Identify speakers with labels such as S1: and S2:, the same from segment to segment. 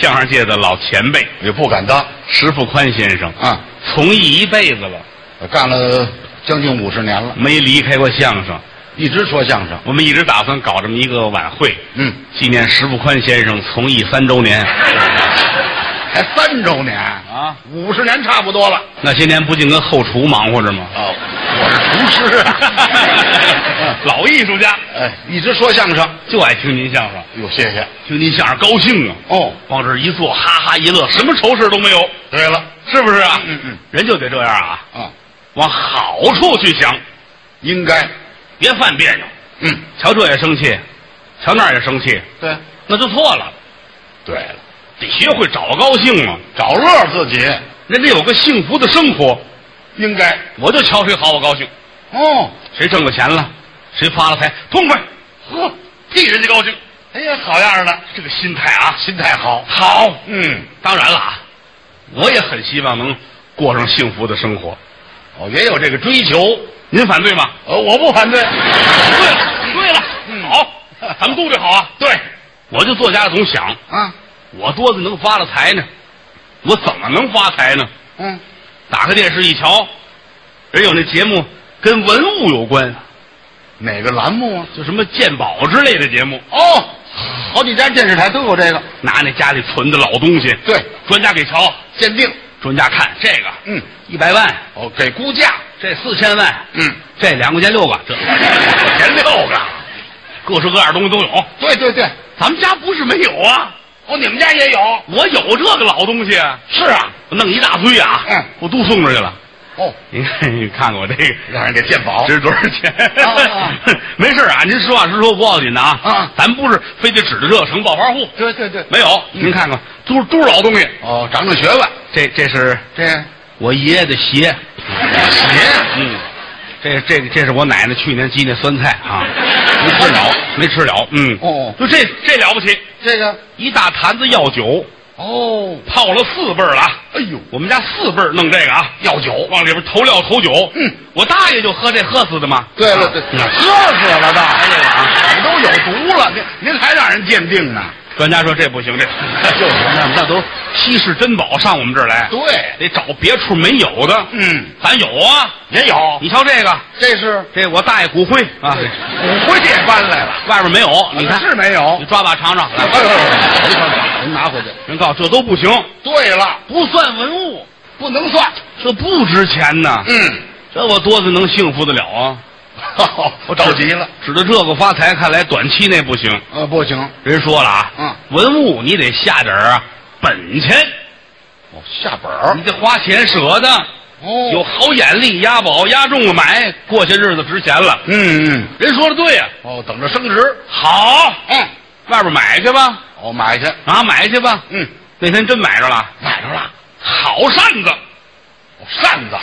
S1: 相声界的老前辈
S2: 也不敢当
S1: 石富宽先生，
S2: 啊，
S1: 从艺一辈子了，
S2: 干了将近五十年了，
S1: 没离开过相声。
S2: 一直说相声。
S1: 我们一直打算搞这么一个晚会，
S2: 嗯，
S1: 纪念石富宽先生从艺三周年。
S2: 才三周 年
S1: 啊，
S2: 五十年差不多了。
S1: 那些年不净跟后厨忙活着吗？
S2: 哦，我是厨 师啊。
S1: 老艺术家
S2: 哎，一直说相声。
S1: 就爱听您相声，
S2: 哟，谢谢。
S1: 听您相声高兴啊，
S2: 哦，
S1: 往这儿一坐，哈哈一乐，什么愁事都没有，
S2: 对了，
S1: 是不是啊？
S2: 嗯嗯，
S1: 人就得这样啊，
S2: 啊，
S1: 往好处去想，
S2: 应该，
S1: 别犯别扭。
S2: 嗯，
S1: 瞧这也生气，瞧那儿也生气，
S2: 对，
S1: 那就错了，
S2: 对了，
S1: 得学会找高兴嘛。
S2: 找乐自己
S1: 人家有个幸福的生活，
S2: 应该。
S1: 我就瞧谁好我高兴，
S2: 哦，
S1: 谁挣了钱了，谁发了财，痛快，
S2: 呵，
S1: 替人家高兴，
S2: 哎呀，好样的，
S1: 这个心态啊，
S2: 心态好。
S1: 好。
S2: 嗯，
S1: 当然了啊，我也很希望能过上幸福的生活。
S2: 哦，也有这个追求。
S1: 您反对吗？
S2: 呃，我不反对。
S1: 对了，对了，
S2: 嗯
S1: 好， 咱们都得好 啊。
S2: 对，
S1: 我就坐家里总想，
S2: 啊，
S1: 我多子能发了财呢，我怎么能发财呢？
S2: 嗯，
S1: 打开电视一瞧，人有那节目跟文物有关，
S2: 哪个栏目啊？
S1: 就什么鉴宝之类的节目，
S2: 哦，好几家电视台都有这个。
S1: 拿那家里存的老东西，
S2: 对，
S1: 专家给瞧，
S2: 鉴定，
S1: 专家看这个，
S2: 嗯，
S1: 一百万，
S2: 哦，给估价，
S1: 这四千万，
S2: 嗯，
S1: 这两块钱六个，这
S2: 前六个，
S1: 各式各样的东西都有。
S2: 对对对，
S1: 咱们家不是没有啊，
S2: 哦，你们家也有，
S1: 我有这个老东西啊，
S2: 是啊，
S1: 我弄一大堆啊，
S2: 嗯
S1: 我都送出去了。
S2: 哦，
S1: 您看， 你看看我这个
S2: 让人给鉴宝，
S1: 值多少钱？
S2: 啊啊
S1: 没事啊，您实话实说不要紧的啊。
S2: 啊
S1: 咱不是非得指着这成暴发户，
S2: 对对对，
S1: 没有。您看看，都是都是老东西。
S2: 哦，长长学问，
S1: 这这是
S2: 这
S1: 我爷爷的鞋，
S2: 鞋，
S1: 嗯，这这这是我奶奶去年积那酸菜啊，没吃了，没吃了，嗯，
S2: 哦
S1: 就这这了不起，
S2: 这个，
S1: 一大坛子药酒，
S2: 哦，
S1: 泡了四辈儿了啊。
S2: 哎呦，
S1: 我们家四辈儿弄这个啊，
S2: 药酒
S1: 往里边投料投酒。
S2: 嗯，
S1: 我大爷就喝这喝死的嘛。
S2: 对了对，
S1: 嗯
S2: 喝死啊了都，
S1: 哎这个啊
S2: 你都有毒了，您您还让人鉴定呢？
S1: 专家说这不行，这
S2: 就是
S1: 哎那那都稀世珍宝上我们这儿来，
S2: 对，
S1: 得找别处没有的。
S2: 嗯，
S1: 咱有啊，
S2: 也有，
S1: 你瞧这个，
S2: 这是
S1: 这我大爷骨灰啊，
S2: 骨灰也搬来了，
S1: 外边没有，你看
S2: 哎是没有
S1: 你。抓把尝 尝。
S2: 哎
S1: 来
S2: 呦，您拿回去。
S1: 人告诉我这都不行，
S2: 对了，
S1: 不算文物，
S2: 不能算。
S1: 这不值钱呐。
S2: 嗯，
S1: 这我多子能幸福得了啊？
S2: 我着急了。
S1: 指着这个发财，看来短期内不行。
S2: 呃，不行，
S1: 人说了啊，
S2: 嗯，
S1: 文物你得下点儿啊本钱，
S2: 我哦下本儿
S1: 你得花钱舍得，
S2: 哦
S1: 有
S2: 有，
S1: 好眼力，押宝押中了买，过些日子值钱了。
S2: 嗯嗯，
S1: 人说的对呀、
S2: 哦，等着升值。
S1: 好，
S2: 嗯，
S1: 外边买去吧，
S2: 我买去。
S1: 啊，买去吧。
S2: 嗯，
S1: 那天真买着了，
S2: 买着了。
S1: 好扇子，
S2: 哦扇子，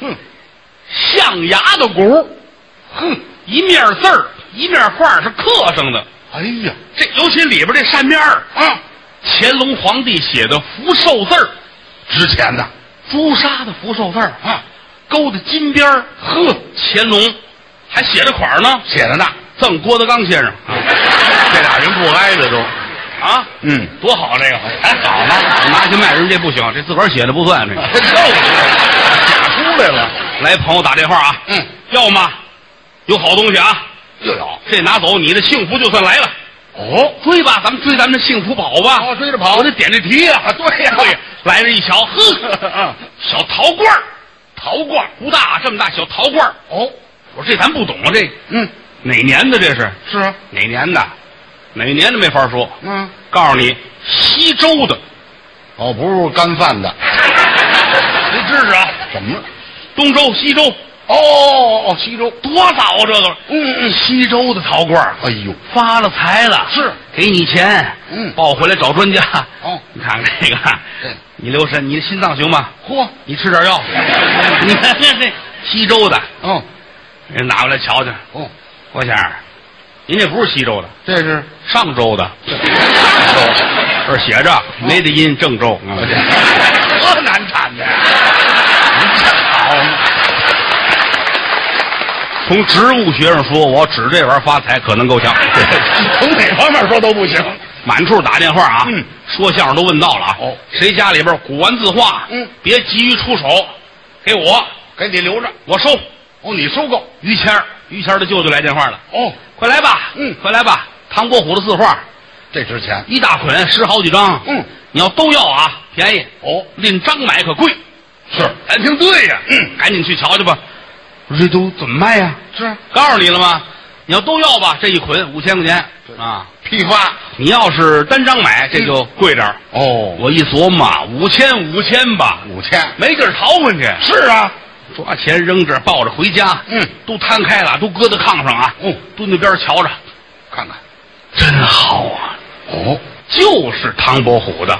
S2: 哼
S1: 象牙的骨，
S2: 哼，
S1: 一面字儿，一面画儿是刻上的。
S2: 哎呀，
S1: 这尤其里边这扇面儿，
S2: 啊，
S1: 乾隆皇帝写的福寿字儿，
S2: 值钱的
S1: 朱砂的福寿字儿，
S2: 啊，
S1: 勾的金边儿，呵，乾隆还写着款儿呢，
S2: 写的呢。
S1: 赠郭德纲先生
S2: 嗯 这俩人不挨着都。
S1: 啊，
S2: 嗯，
S1: 多好这个，还好呢，拿去卖人这不行，这自个儿写的不算这个。
S2: 这就是假出来了。
S1: 来，朋友打电话啊，
S2: 嗯，
S1: 要么有好东西啊，
S2: 又有。
S1: 这拿走你的幸福就算来了，
S2: 哦，
S1: 追吧，咱们追咱们的幸福跑吧。
S2: 哦追着跑
S1: 我得点这题 呀、
S2: 啊对呀
S1: 对呀，来这一瞧，呵，
S2: 啊，
S1: 小陶罐儿陶罐儿不大，啊这么大小陶罐儿
S2: 哦，
S1: 我说这咱不懂啊，这
S2: 嗯，
S1: 哪年的这是？
S2: 是啊，
S1: 哪年的？哪年的没法说。
S2: 嗯。
S1: 告诉你，西周 的，
S2: 哦，不是干饭的，
S1: 您知识啊？
S2: 怎么了？
S1: 东周、西周
S2: 哦哦哦，西周，
S1: 多早啊，这都。
S2: 嗯嗯，
S1: 西周的陶罐儿
S2: 哎呦，
S1: 发了财了，
S2: 是
S1: 给你钱，
S2: 嗯
S1: 抱回来找专家。
S2: 哦
S1: 你看看这个啊
S2: 对，
S1: 你留神，你的心脏行吗？
S2: 嚯，
S1: 你吃 点药。你看看这西周的，
S2: 哦
S1: 人拿过来瞧瞧。
S2: 哦，
S1: 郭先生，您这不是西周的，
S2: 这是
S1: 上周的， 这儿写着没得音郑 州。嗯
S2: 哎河南产的呀，你这好嘛，
S1: 从 植物学上说，我指这玩意儿发财可能够呛。
S2: 从哪方面说都不行，
S1: 满处打电话啊，
S2: 嗯，
S1: 说相声都问到了啊。
S2: 哦，
S1: 谁家里边古玩字画，
S2: 嗯
S1: 别急于出手，给我，
S2: 给你留着。
S1: 我收。
S2: 哦，你收购。
S1: 于谦儿，于谦儿的舅舅来电话了，
S2: 哦，
S1: 快来吧，
S2: 嗯
S1: 快来吧。唐伯虎的字画
S2: 这值钱。
S1: 一大捆，十好几张，
S2: 嗯，
S1: 你要都要啊，便宜，
S2: 哦，
S1: 论张买可贵。
S2: 是
S1: 咱听对呀、嗯，赶紧去瞧瞧吧。我说这都怎么卖呀、
S2: 是，
S1: 告诉你了吗？你要都要吧，这一捆五千块钱
S2: 对嗯
S1: 啊。
S2: 批发。
S1: 你要是单张买，这就贵点儿。
S2: 哦
S1: 我一琢磨啊，五千五千吧，
S2: 五千。
S1: 没地儿淘换去。
S2: 是啊。
S1: 抓钱扔这儿，抱着回家，
S2: 嗯，
S1: 都摊开了，都搁在炕上啊，
S2: 嗯，
S1: 蹲那边儿瞧着，
S2: 看看。
S1: 真好啊，
S2: 哦，
S1: 就是唐伯虎的。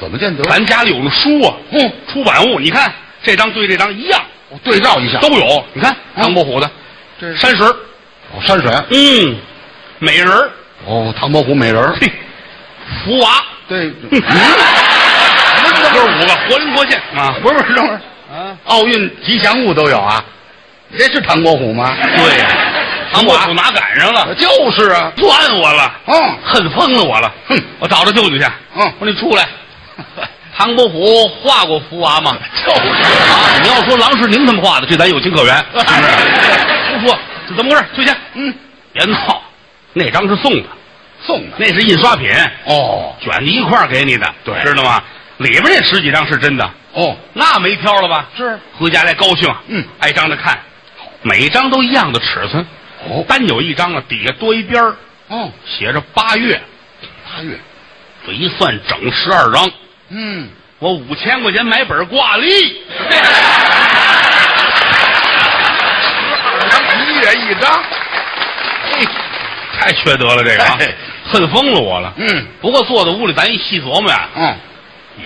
S2: 怎么见得？
S1: 咱家里有那书啊，
S2: 嗯，
S1: 出版物，你看这张对这张一样，
S2: 我对照一下。
S1: 都有。你看
S2: 嗯
S1: 唐伯虎的
S2: 这是
S1: 山石，
S2: 哦山水。
S1: 嗯，美人儿，
S2: 哦，唐伯虎美人儿。
S1: 嘿，福娃，
S2: 对，
S1: 嗯，这哥五个活灵活现啊，
S2: 不是 不是等会儿，
S1: 啊，
S2: 奥运吉祥物都有啊。这是唐伯虎吗？
S1: 对呀、唐伯虎哪赶上了，
S2: 就是啊。
S1: 惯我了，
S2: 嗯
S1: 恨疯了我了，
S2: 哼
S1: 我找他舅舅去，
S2: 嗯
S1: 我说你出 来。唐伯虎画过福娃吗？
S2: 就是
S1: 啊，你要说郎世宁他们画的，这咱有情可 原，是不是？不说这怎么回事？退下，
S2: 嗯，
S1: 别闹，那张是送的，
S2: 送的。
S1: 那是印刷品，
S2: 哦
S1: 卷一块儿给你的，
S2: 对
S1: 知道吗？里边那十几张是真的，
S2: 哦，
S1: 那没挑了吧？
S2: 是
S1: 回家来高兴，
S2: 嗯
S1: 挨张的看，每一张都一样的尺寸，
S2: 哦
S1: 单有一张啊，底下多一边儿
S2: 哦，
S1: 写着八月，
S2: 八月。
S1: 我一算整十二张，
S2: 嗯，
S1: 我五千块钱买本挂历，
S2: 一人一张。
S1: 嘿 太缺德了这个、啊
S2: 哎，
S1: 恨疯了我了。
S2: 嗯
S1: 不过坐在屋里，咱一细琢磨呀、
S2: 嗯，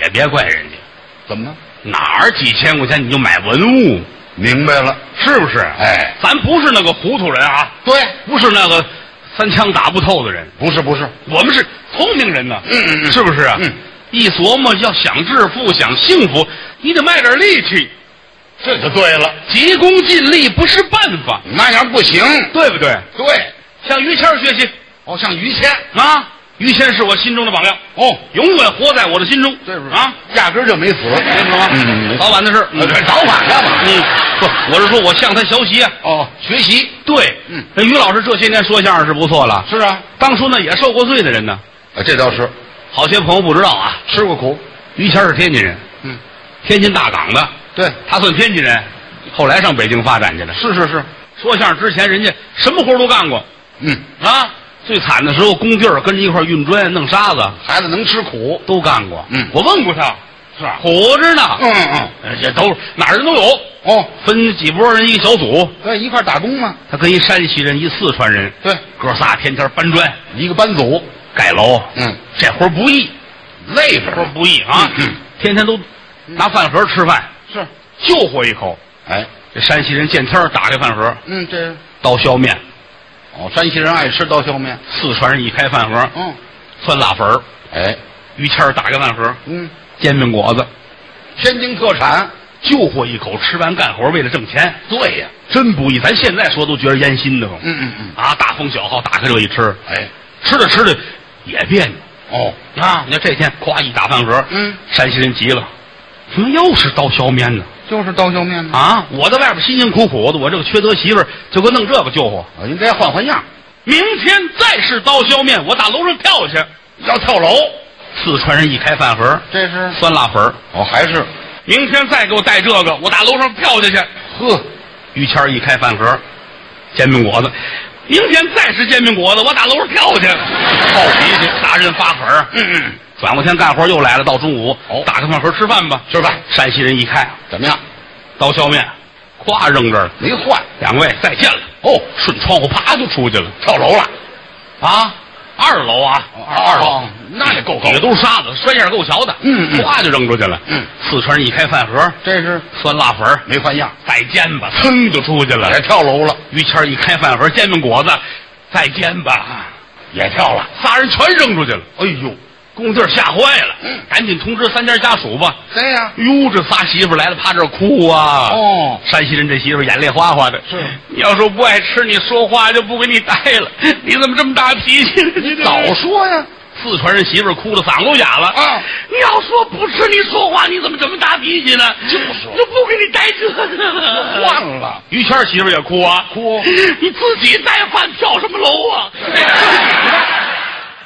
S1: 也别怪人家，
S2: 怎么？
S1: 哪儿几千块钱你就买文物，
S2: 明白了。
S1: 是不是？
S2: 哎，
S1: 咱不是那个糊涂人啊，
S2: 对，
S1: 不是那个三枪打不透的人，
S2: 不是不是，
S1: 我们是聪明人呐，
S2: 嗯嗯嗯
S1: 是不是啊？
S2: 嗯
S1: 一琢磨，要想致富，想幸福，你得卖点力气，
S2: 这就对了。
S1: 急功近利不是办法，
S2: 那样不行。
S1: 对不对？
S2: 对，
S1: 向于谦儿学习
S2: 哦，像于谦。
S1: 啊，于谦是我心中的榜样，
S2: 哦，
S1: 永远活在我的心中，
S2: 对不是
S1: 啊？？
S2: 压根儿就没死，
S1: 明白吗？
S2: 嗯，
S1: 早晚的事，
S2: 呃早晚干嘛
S1: 嗯，不，我是说我向他学习啊，
S2: 哦，
S1: 学习。对，
S2: 嗯，
S1: 那于老师这些年说相声是不错了，
S2: 是啊，
S1: 当初呢也受过罪的人呢，
S2: 呃这倒是
S1: 好些朋友不知道啊，
S2: 吃过苦，
S1: 于谦是天津人，
S2: 嗯，
S1: 天津大港的，
S2: 对，
S1: 他算天津人，后来上北京发展去了。
S2: 是是是，
S1: 说相声之前，人家什么活都干过
S2: 嗯，
S1: 啊。最惨的时候，工地儿跟着一块儿运砖、弄沙子，
S2: 孩子能吃苦，
S1: 都干过。
S2: 嗯
S1: 我问过他，
S2: 是吧？
S1: 苦着呢。
S2: 嗯嗯，
S1: 呃，这都是哪儿人都有，
S2: 哦，
S1: 分几拨人一个小组。
S2: 对，一块儿打工嘛，
S1: 他跟一山西人、一四川人，
S2: 对，
S1: 哥仨天天搬砖、
S2: 一个班组，
S1: 盖楼，
S2: 嗯，
S1: 这活儿不易，
S2: 累
S1: 这
S2: 着
S1: 活儿
S2: 呢
S1: 不易啊
S2: 嗯嗯！
S1: 天天都拿饭盒吃饭，
S2: 是，
S1: 就活一口。
S2: 哎，
S1: 这山西人见天儿打开饭盒，
S2: 嗯，这
S1: 刀削面；
S2: 哦，山西人爱吃刀削面，
S1: 四川人一开饭盒，
S2: 嗯，
S1: 酸辣粉儿；
S2: 哎，
S1: 于谦儿打开饭盒，
S2: 嗯，
S1: 煎饼果子，
S2: 天津特产，
S1: 就活一口，吃完干活为了挣钱，
S2: 对呀，
S1: 真不易。咱现在说都觉得烟熏的慌
S2: 嗯嗯嗯，
S1: 啊！大风小号打开这一吃，
S2: 哎，
S1: 吃着吃着也别扭。
S2: 哦，
S1: 啊！你看这天，咵一打饭盒，
S2: 嗯，
S1: 山西人急了，怎么又是刀削面呢？
S2: 就是刀削面嘛，
S1: 啊！我在外边辛辛苦苦的，我这个缺德媳妇儿就给我弄这个救火。
S2: 啊，应该换换样，
S1: 明天再是刀削面，我打楼上跳下去。
S2: 要跳楼，
S1: 四川人一开饭盒，
S2: 这是，
S1: 酸辣粉儿。
S2: 哦，还是，
S1: 明天再给我带这个，我打楼上跳下去。
S2: 呵，
S1: 于谦儿一开饭盒，煎饼果子。明天再是煎饼果子，我打楼上跳下去。好脾气，打人发狠儿。
S2: 嗯嗯，
S1: 转过天干活又来了，到中午，
S2: 哦
S1: 打开饭盒吃饭吧。
S2: 吃饭
S1: 山西人一看，
S2: 怎么样？
S1: 刀削面，咵扔这儿了。
S2: 没换，
S1: 两位再见了，
S2: 哦，
S1: 顺窗户啪就出去了
S2: 跳楼了。
S1: 啊！二楼啊，二楼
S2: 哦，那也够高
S1: 底下都是沙子，摔下够瞧的，
S2: 嗯嗯
S1: 咵就扔出去了。
S2: 嗯，
S1: 四川人一开饭盒，
S2: 这是
S1: 酸辣粉儿
S2: 没换样，
S1: 再煎吧，嗯噌就出去了
S2: 也。跳楼了，
S1: 于谦儿一开饭盒，煎饼果子再煎吧，
S2: 啊也跳了。
S1: 仨人全扔出去了。
S2: 哎呦，
S1: 工地儿吓坏了
S2: 嗯，
S1: 赶紧通知三家家属吧。
S2: 谁呀、
S1: 哟，这仨媳妇儿来了，趴这儿哭啊！
S2: 哦，
S1: 山西人这媳妇儿眼泪哗哗的。
S2: 是
S1: 你要说不爱吃，你说话就不给你带了。你怎么这么大脾气呢？
S2: 你早说呀！
S1: 四川人媳妇儿哭的嗓子都哑了。
S2: 啊
S1: 你要说不是你说话，你怎么这么大脾气呢？
S2: 就是
S1: 就不给你带这个。
S2: 换 了。
S1: 于谦儿媳妇儿也哭啊，
S2: 哭
S1: 你自己带饭跳什么楼啊？